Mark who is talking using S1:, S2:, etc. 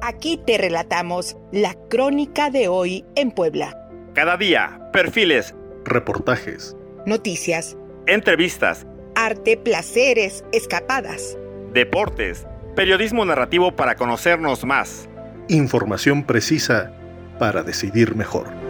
S1: Aquí te relatamos la crónica de hoy en Puebla.
S2: Cada día, perfiles,
S3: reportajes,
S1: noticias,
S2: entrevistas,
S1: arte, placeres, escapadas,
S2: deportes, periodismo narrativo para conocernos más.
S3: información precisa para decidir mejor.